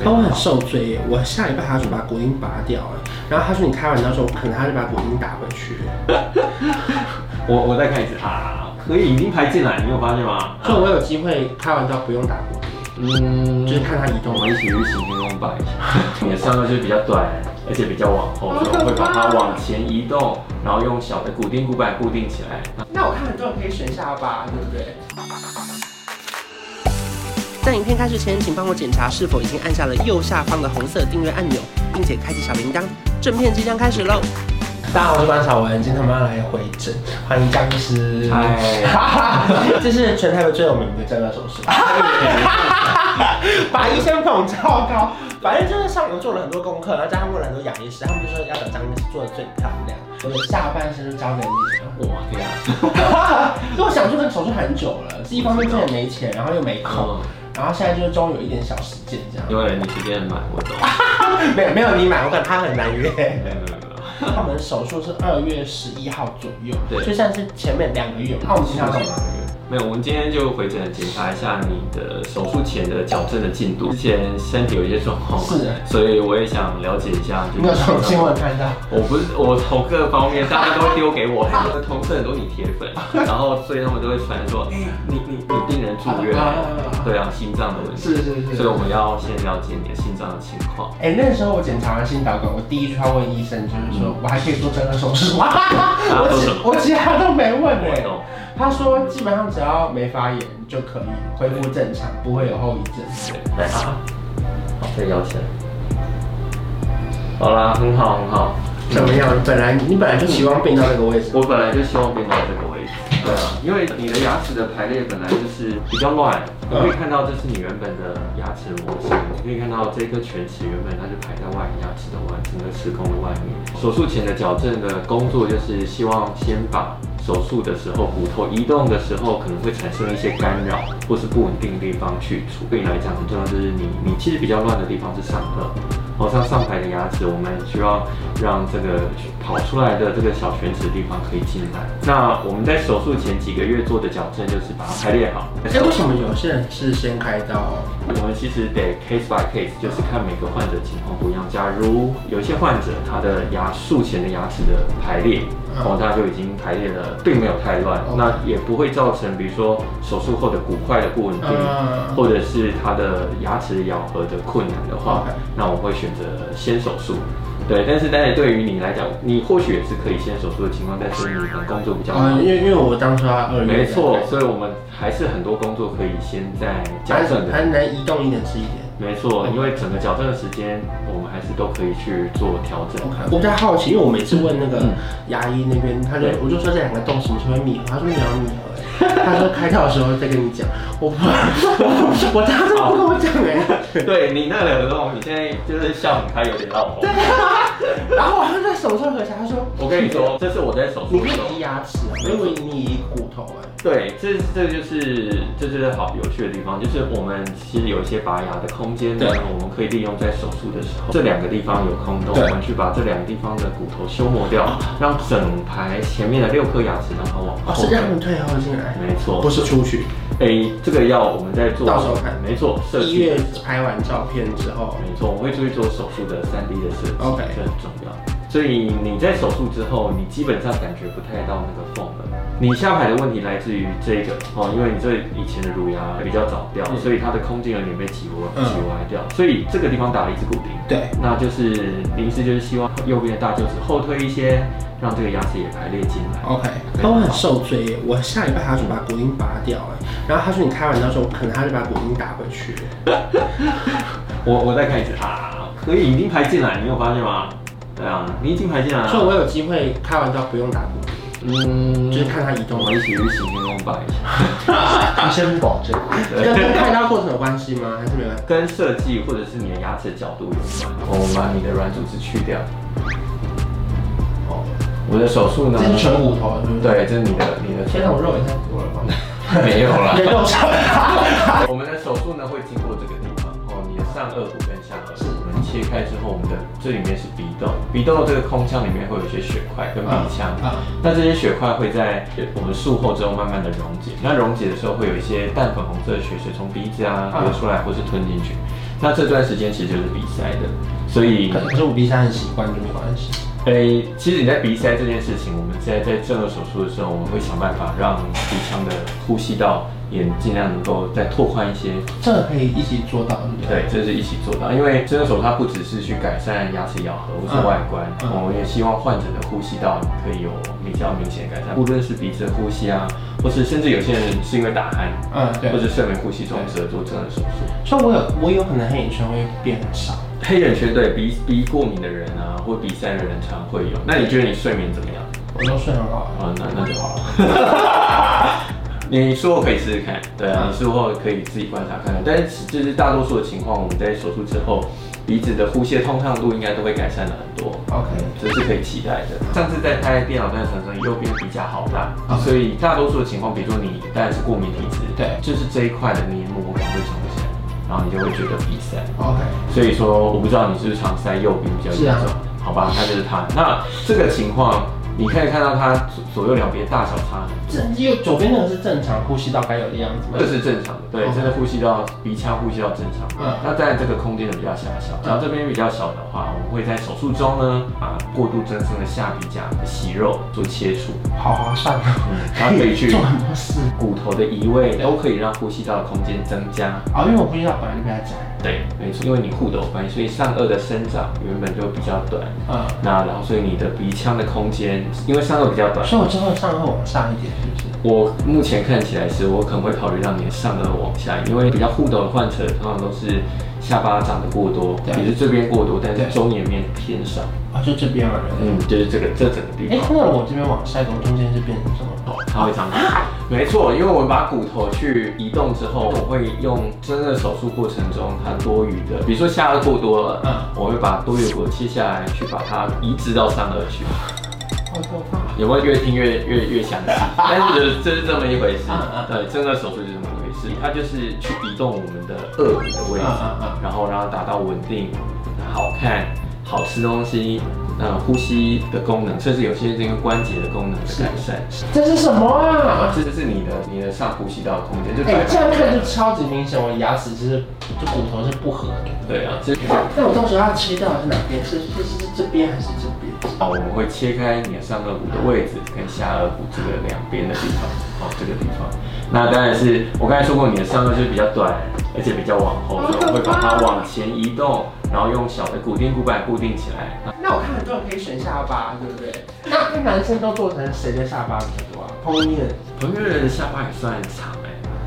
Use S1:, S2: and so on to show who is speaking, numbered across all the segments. S1: 然后我很受罪耶，我下礼拜还要去把骨钉拔掉哎。然后他说你开完刀之后，可能他就把骨钉打回去。
S2: 我我再看一次啊，可以已经排进来，你有发现吗？
S1: 所以我有机会开完刀不用打骨钉，
S2: 嗯
S1: 就是看他移
S3: 我
S1: 动而
S3: 们
S1: 已。
S3: 一起去行天宫拜一下。
S2: 你的上颚就是比较短，而且比较往后，所以我会把它往前移动，然后用小的骨钉骨板固定起来。
S1: 那我看很多人可以选下巴，对不对？在影片开始前，请帮我检查是否已经按下了右下方的红色订阅按钮，并且开启小铃铛。正片即将开始喽！大家好，我是关少文，今天我们要来回诊，欢迎张医 师。
S2: 嗨
S1: 这是全台北最有名的降价手 术，把医生捧超高。反正就是上午做了很多功课，然后加上问了很多牙医师，他们就说要找张医师做的最漂亮。我的下半身就交给你
S2: 哇天啊！
S1: 了， 因为我想做这个手术很久了，是一方面真的没钱，然后又没空，
S2: 嗯，
S1: 然后现在就是终于有一点小时间这样。
S2: 因为你时间很满，我懂。
S1: 没有没有你买，我感觉他很难约。
S2: 没有没有没有，
S1: 他们手术是二月十一号左右，
S2: 对
S1: 就算是前面两个月。那我们平常干嘛？
S2: 没有，我们今天就回诊检查一下你的手术前的矫正的进度。之前身体有一些状况，
S1: 是的，
S2: 所以我也想了解一下。
S1: 你有什么新闻看到？
S2: 我不是我从各方面，大家都丢给 我，我的同事很多你铁粉，然后所以他们都会传说，哎、你你你病人住院
S1: 啊啊啊啊啊
S2: 了，对啊，心脏的问题，
S1: 是是是
S2: 所以我们要先了解你的心脏的情况。
S1: 哎、那时候我检查完心导管，我第一句话问医生就是说，我还可以做整个手术 吗？
S2: 嗯他说
S1: 我
S2: 什
S1: 其
S2: 么
S1: 我其他都没问哎、
S2: 我懂，
S1: 他说基本上只要没发炎就可以恢复正常，不会有后遗症。
S2: 对，来啊，好，再摇起来。好啦，很好很好，
S1: 怎么样？本来你本来就希望病到那个位置，
S2: 我本来就希望变到这个位置。对啊，因为你的牙齿的排列本来就是嗯比较乱，你可以看到这是你原本的牙齿模型，你可以看到这颗犬齿原本它就排在外牙齿的外整个齿孔的外面。手术前的矫正的工作就是希望先把手术的时候骨头移动的时候可能会产生一些干扰或是不稳定的地方去除。对你来讲很重要就是你你其实比较乱的地方是上颚。哦，像上排的牙齿，我们需要让这个跑出来的这个小犬齿的地方可以进来。那我们在手术前几个月做的矫正，就是把它排列好。
S1: 哎、为什么有些人是先开刀？
S2: 我们其实得 case by case，就是看每个患者情况不一样。假如有一些患者他的牙术前的牙齿的排列，
S1: 嗯哦
S2: 哦，他就已经排列了，并没有太乱，
S1: OK
S2: 那也不会造成比如说手术后的骨块的不稳定，
S1: 嗯
S2: 或者是他的牙齿咬合的困难的话
S1: OK
S2: 那我会选择先手术。对，但是当然对于你来讲，你或许也是可以先手术的情况，但是你的工作比较忙
S1: 嗯，因为因为我当初要二月，
S2: 没错，，所以我们还是很多工作可以先在矫
S1: 还
S2: 正的
S1: 还能移动一点是一点。
S2: 没错，因为整个矫正的时间，我们还是都可以去做调整。
S1: 我比较好奇，因为我每次问那个
S2: 嗯
S1: 牙医那边，他就
S2: 对
S1: 我就说这两个洞什么时候会密合，他说你要 密合欸，他说开刀的时候再跟你讲，我不，我我他都不跟我讲哎，
S2: 对你那两个洞，你现在就是笑你，他有点闹红。
S1: 然后我他在什么时候合起来，他说
S2: 我跟你说，这是我在手
S1: 你
S2: 术
S1: 可
S2: 的时
S1: 以移
S2: 候。
S1: 牙齿啊，我以为你移骨头哎，
S2: 对，这这就是这就是好有趣的地方，就是我们其实有一些拔牙的空间呢
S1: 对，
S2: 我们可以利用在手术的时候，这两个地方有空洞，
S1: 对
S2: 我们去把这两个地方的骨头修磨掉，让整排前面的六颗牙齿让它往
S1: 哦
S2: 后
S1: 是
S2: 退。
S1: 让你退后进来，
S2: 没错
S1: 不，是出去，
S2: 诶，这个要我们在做，
S1: 到时候看
S2: 没错，设
S1: 医
S2: 计
S1: 院拍完照片之后，
S2: 没错，我会注意做手术的三 D 的设计
S1: OK
S2: 这很重要。所以你在手术之后，你基本上感觉不太到那个缝了。你下排的问题来自于这个哦，因为你这以前的乳牙比较早掉，
S1: 嗯
S2: 所以它的空间有点被挤歪
S1: 嗯
S2: 挤歪掉，所以这个地方打了一支骨钉。
S1: 对，
S2: 那就是临时就是希望右边的大臼齿后推一些，让这个牙齿也排列进来。
S1: OK，那我很受罪耶，我下礼拜还要去把骨钉拔掉哎，然后他说你开完刀之后，可能他就把骨钉打回去。
S2: 我我再看一次啊，可以已经排进来，你有发现吗？对啊，你已经排进来了。
S1: 所以我有机会开完刀不用打骨
S2: 嗯
S1: 就是看它移
S2: 我
S1: 动 而
S2: 们
S1: 已。
S2: 一起去行天宫拜一下。
S4: 医生保证，
S1: 跟跟开刀过程有关系吗？还是没关系？
S2: 跟设计或者是你的牙齿角度有关。我们把你的软组织去掉。
S1: 哦，
S2: 我的手术呢？
S1: 这是全骨头的，对不对？
S2: 对，这是你的你的
S1: 天哪，我肉也太多 了吧！
S2: 没有啦
S1: 你。的 肉少。
S2: 我们的手术呢会经过这个地方，哦，你的上颚骨跟下颚骨，我们切开之后，我们的这里面是鼻窦，鼻窦这个空腔里面会有一些血块跟鼻腔，
S1: 啊啊
S2: 那这些血块会在我们术后之后慢慢的溶解，那溶解的时候会有一些淡粉红色的血水从鼻子啊
S1: 啊
S2: 流出来或是吞进去，那这段时间其实就是鼻塞的，所以
S1: 可可是五 B 三很习惯就没关系。
S2: 诶，其实你在鼻塞这件事情，我们现在在正颌手术的时候，我们会想办法让鼻腔的呼吸道也尽量能够再拓宽一些。
S1: 这个可以一起做到，对不对？
S2: 对，这是一起做到，因为正颌手术它不只是去改善牙齿咬合或是外观，
S1: 嗯嗯
S2: 我们也希望患者的呼吸道可以有比较明显的改善，无论是鼻子的呼吸啊，或是甚至有些人是因为打鼾，
S1: 嗯，对
S2: 或。者睡眠呼吸中止而做正颌手术。
S1: 所以我有我有可能黑眼圈会变很少。
S2: 黑眼圈对鼻鼻过敏的人啊，或鼻塞的人常会有。那你觉得你睡眠怎么样？
S1: 我都睡很好啊。
S2: 啊，那那就好了。 你术后可以试试看，对啊，你术后可以自己观察看看。但是就是大多数的情况，我们在手术之后，鼻子的呼吸的通畅度应该都会改善了很多。
S1: OK，
S2: 这是可以期待的。上次在拍电脑断层的时候，右边鼻甲好大，
S1: 啊
S2: 所以大多数的情况，比如说你当然是过敏体质，
S1: 对
S2: 就是这一块的黏膜感会长起来，然后你就会觉得鼻塞。
S1: OK，
S2: 所以说，我不知道你是不是常塞右边比较严重，
S1: 是
S2: 好吧，那就是它。那这个情况，你可以看到它左左右两边大小差很
S1: 这右左边那个是正常呼吸道该有的样子吗
S2: 这？是正常的，对，
S1: OK
S2: 真的呼吸道鼻腔呼吸道正常。
S1: 嗯
S2: 那当然这个空间的比较狭小，然后这边比较小的话，我们会在手术中呢，把过度增生的下鼻甲的息肉做切除，
S1: 好划算啊，
S2: 嗯，然后可以 去
S1: 做很多事
S2: 骨头的移位，都可以让呼吸道的空间增加。
S1: 啊，因为我呼吸道本来就比较窄。
S2: 对，没错，因为你护斗关系，所以上颚的生长原本就比较短。
S1: 嗯，
S2: 那然后，所以你的鼻腔的空间，因为上颚比较短，
S1: 所以我之后上颚往上一点，是不是？
S2: 我目前看起来是我可能会考虑让你的上颚往下，因为比较互动的患者通常都是下巴长得过多，
S1: 对
S2: 也是这边过多，但是
S1: 对
S2: 中颜面偏少。
S1: 啊，就这边嘛，对不对？
S2: 嗯，就是这个这整个地
S1: 哎、
S2: 方。
S1: 那我这边往下走，中间是变成什么？
S2: 哦它会长大，
S1: 啊
S2: 没错，因为我们把骨头去移动之后，我会用真的手术过程中它多余的，比如说下颚过多了，
S1: 嗯
S2: 我会把多余的骨头切下来，去把它移植到上颚去。
S1: 好可怕！
S2: 有没有越听越越越 详细？但是就是这是这么一回事
S1: 嗯嗯，
S2: 对，整个手术就是这么一回事，它就是去移动我们的颚骨的位置
S1: 嗯嗯嗯，
S2: 然后让它达到稳定、好看、好吃东西，那呼吸的功能，甚至有些这个关节的功能的改善。
S1: 这是什么
S2: 啊
S1: 啊？
S2: 这就是你的你的上呼吸道的空间，就
S1: 哎、
S2: 白
S1: 这样看
S2: 白
S1: 就超级明显，我牙齿就是就骨头是不合的。
S2: 对啊，这
S1: 那我到时候要切掉的是哪边？是是是是这边还是这边？
S2: 哦好，我们会切开你的上颚骨的位置跟下颚骨这个两边的地方，哦，这个地方。那当然是我刚才说过，你的上颚就是比较短，而且比较往后，所以我们会把它往前移动，然后用小的骨钉骨板固定起来。
S1: 那我看很多人可以选下巴，对不对？那那男生都做成谁的下巴比较多啊？后面。
S2: 彭越人的下巴也算长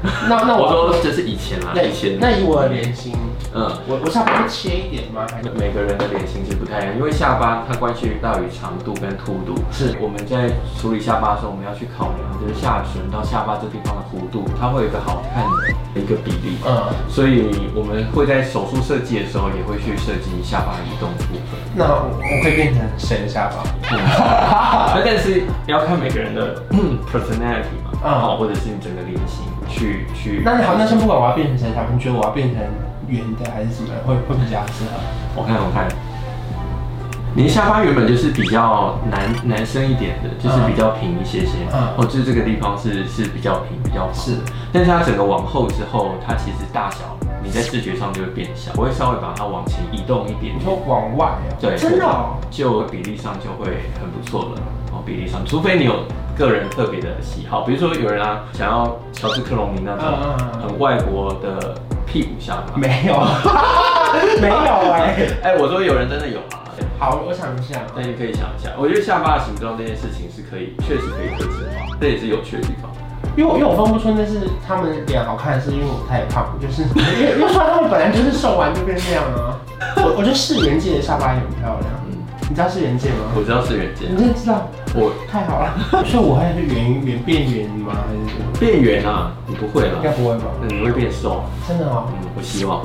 S2: 哎、
S1: 那那
S2: 我
S1: 我
S2: 说这是以前啦，
S1: 那
S2: 以前，
S1: 那以我的脸型，
S2: 嗯。
S1: 我我下巴会切一点吗？还是
S2: 每个人的脸型其实不太一样，因为下巴它关系到于长度跟凸度。
S1: 是
S2: 我们在处理下巴的时候，我们要去考量就是下唇到下巴这地方的弧度，它会有一个好看的一个比例。
S1: 嗯？
S2: 所以我们会在手术设计的时候，也会去设计下巴移动的部分。
S1: 那我我会变成谁的下巴？啊
S2: 那但是要看每个人的 personality 嘛，
S1: 嗯
S2: 好，或者是你整个脸型去去。
S1: 那好，那先不管我要变成谁的下巴，你觉得我要变成圆的还是什么？会会比较适合？
S2: 我看我看，你的下巴原本就是比较男男生一点的，就是比较平一些些，
S1: 嗯
S2: 哦，就是这个地方是是比较平比较好的
S1: 是，
S2: 但是它整个往后之后，它其实大小你在视觉上就会变小，我会稍微把它往前移动一点
S1: 你
S2: 点
S1: 说。往外啊？
S2: 对，
S1: 真的、哦。
S2: 就比例上就会很不错了。哦，比例上，除非你有个人特别的喜好，比如说有人啊想要乔治克隆尼那
S1: 嗯嗯
S2: 种
S1: 嗯
S2: 很外国的屁股下巴。
S1: 没有， 没有哎、
S2: 哎，我说有人真的有啊。对
S1: 好，我想一下，哦
S2: 那你可以想一下，我觉得下巴的形状这件事情是可以，确实可以克制化，这也是有趣的地方。
S1: 因为我因为我分不出那是他们脸好看，是因为我太胖，就是因为因为说他们本来就是瘦完就变那样啊。我我觉得世元界的下巴也很漂亮，
S2: 嗯，
S1: 你知道世元界吗？
S2: 我知道是远见
S1: 你，真的知道？
S2: 我
S1: 太 好了，所以我还是圆圆变圆吗？还是什么
S2: 变圆啊，你不会
S1: 应该
S2: 了，
S1: 不会吧？
S2: 你会变瘦。
S1: 真的哦
S2: 嗯，，我希望。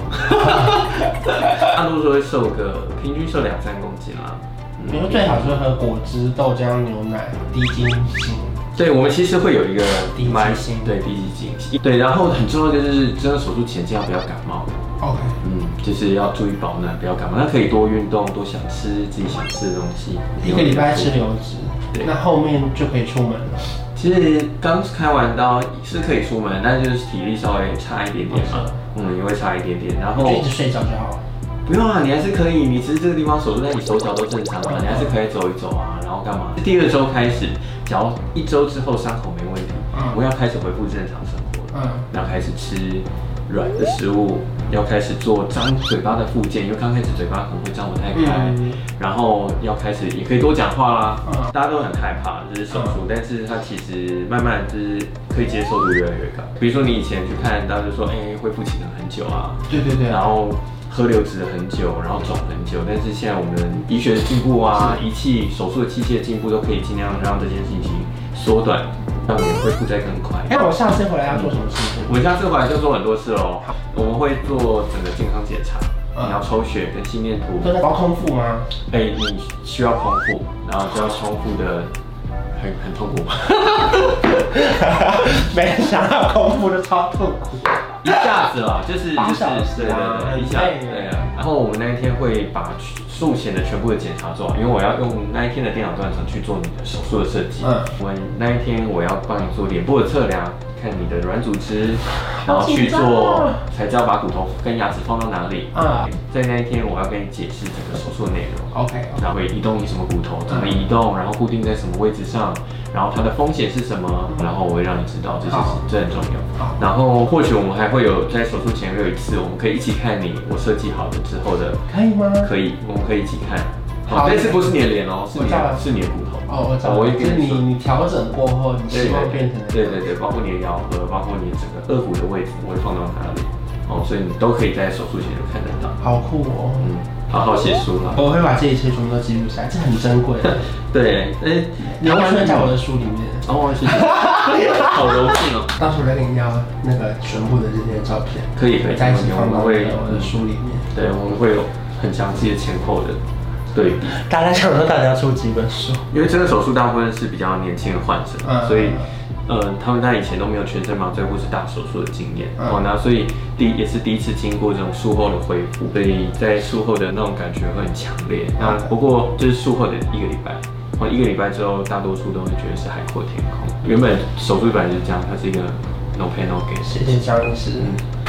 S2: 大多数会瘦个平均瘦两三公斤啦。嗯
S1: 你说最好是喝果汁、豆浆、牛奶，低筋型。
S2: 对，我们其实会有一个
S1: 低基
S2: 蛮
S1: 金
S2: 对低基金，对，然后很重要的就是真的手术前尽量不要感冒，
S1: OK，
S2: 嗯，就是要注意保暖，不要感冒。那可以多运动，多想吃自己想吃的东西。
S1: 一个礼拜吃流质
S2: 对，
S1: 那后面就可以出门了。
S2: 其实刚开完刀是可以出门，但就是体力稍微差一点点嘛
S1: 是，
S2: 嗯，也会差一点点。然
S1: 就一
S2: 后
S1: 直睡觉就好了。
S2: 不用啊，你还是可以，你其实这个地方手术在你手脚都正常啊，
S1: 嗯
S2: 你还是可以走一走啊，然后干嘛？第二周开始，只要一周之后伤口没问题，
S1: 嗯
S2: 我要开始恢复正常生活了，
S1: 嗯
S2: 然后开始吃软的食物，要开始做张嘴巴的复健，因为刚开始嘴巴可能会张不太开，
S1: 嗯
S2: 然后要开始也可以多讲话啦，
S1: 嗯
S2: 大家都很害怕这是手术，但是它其实慢慢就是可以接受度越来越高。比如说你以前去看，大家就说，哎、恢复期等很久啊，
S1: 对对对
S2: 然后河流指了很久，然后转了很久，但是现在我们医学的进步啊，仪器手术的器械的进步，都可以尽量让这件事情缩短，让我们恢复再更快。
S1: 哎，那我下次回来要做什么事情？
S2: 我们下次回来就做很多次喽，我们会做整个健康检查，
S1: 嗯
S2: 你要抽血跟心电图，
S1: 都在包空腹吗？
S2: 哎、你需要空腹，然后需要空腹的很很痛苦吗？
S1: 没想到空腹就超痛苦。
S2: 一下子啦，就是
S1: 八
S2: 就
S1: 小
S2: 是
S1: 时
S2: 对对
S1: 啊
S2: 对，
S1: 很
S2: 一下
S1: 累
S2: 子对啊。然后我们那一天会把术前的全部的检查做好，因为我要用那一天的电脑断层去做你的手术的设计。
S1: 嗯
S2: 嗯，我们那一天我要帮你做脸部的测量，看你的软组织，然后去
S1: 好紧张
S2: 做
S1: 啊
S2: 才知道把骨头跟牙齿放到哪里。
S1: 嗯
S2: 嗯，在那一天我要跟你解释整个手术的内容。
S1: OK，
S2: 然后会移动你什么骨头，怎么移
S1: 嗯
S2: 动，然后固定在什么位置上，然后它的风险是什么，然后我会让你知道这些事
S1: 好，
S2: 这很重
S1: 好
S2: 要。然后或许我们还会有在手术前会有一次，我们可以一起看你我设计好的之后的，
S1: 可以吗？
S2: 可以，我们可以一起看。
S1: 好
S2: 好，但是不是你的脸哦，是
S1: 我
S2: 你
S1: 知道了
S2: 的是你的骨头。
S1: 哦，我找
S2: 我会
S1: 就
S2: 跟
S1: 是
S2: 你
S1: 你
S2: 说。
S1: 你调整过后，你希望变成
S2: 对对对，包括你的咬合，包括你整个颚骨的位置，我会放到哪里，哦，所以你都可以在手术前就看得到。
S1: 好酷哦！
S2: 嗯，好好写书啊啦。
S1: 我会把这一切全部都记录下来，这很珍 贵。
S2: 对，哎，
S1: 你完全在我的书里面。
S2: 哦，谢谢， 好荣幸哦。
S1: 到时候我再给你要那个全部的这些照片，
S2: 可以可以，
S1: 在一起
S2: 我
S1: 放到
S2: 们
S1: 我
S2: 会
S1: 的书里面。
S2: 对，我们会有很详细的前后的对比，
S1: 大家想说到底要出几本书？
S2: 因为这个手术大部分是比较年轻的患者，
S1: 嗯
S2: 所以。呃，他们在以前都没有全身麻醉或是大手术的经验，
S1: 嗯
S2: 哦，那所以第也是第一次经过这种术后的恢复，所以在术后的那种感觉会很强烈。
S1: 嗯
S2: 那不过就是术后的一个礼拜，哦，一个礼拜之后，大多数都会觉得是海阔天空。原本手术本来就是这样，它是一个 no pain no gain。
S1: 谢谢张医师。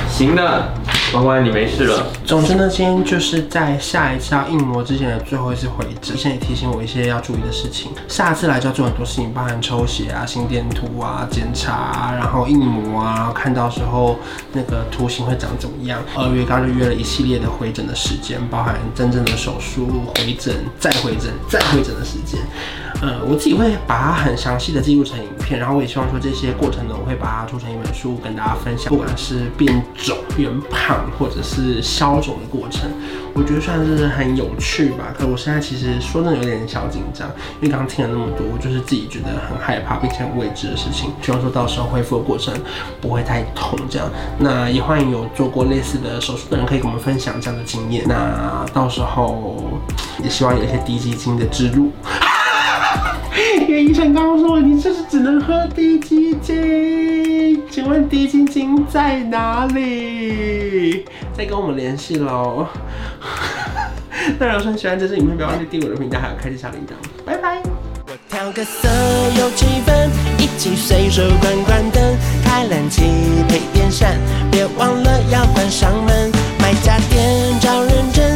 S2: 行的，关关你没事了。
S1: 总之呢，今天就是在下一次要硬模之前的最后一次回诊，现在也提醒我一些要注意的事情。下次来就要做很多事情，包含抽血啊、心电图啊、检查、啊，然后硬模啊，然后看到时候那个图形会长怎么样。二月刚刚就约了一系列的回诊的时间，包含真正的手术、回诊、再回诊、再回诊的时间。呃，我自己会把它很详细的记录成影片，然后我也希望说这些过程呢，我会把它做成一本书跟大家分享，不管是变肿、变胖，或者是消肿的过程，我觉得算是很有趣吧。可我现在其实说真的有点小紧张，因为刚刚听了那么多，我就是自己觉得很害怕，并且很未知的事情，希望说到时候恢复的过程不会太痛这样。那也欢迎有做过类似的手术的人可以跟我们分享这样的经验。那到时候也希望有一些低基金的之路。 因为医生刚刚说你就是只能喝低基精，请问低基精在哪里？再跟我们联系喽。 那如果说你喜欢这支影片，不要忘记订阅我的频道，还有开启小铃铛。拜拜。
S3: 我调个色有气氛，一起随手关关灯，开冷气配电扇，别忘了要关上门。买家电找认真，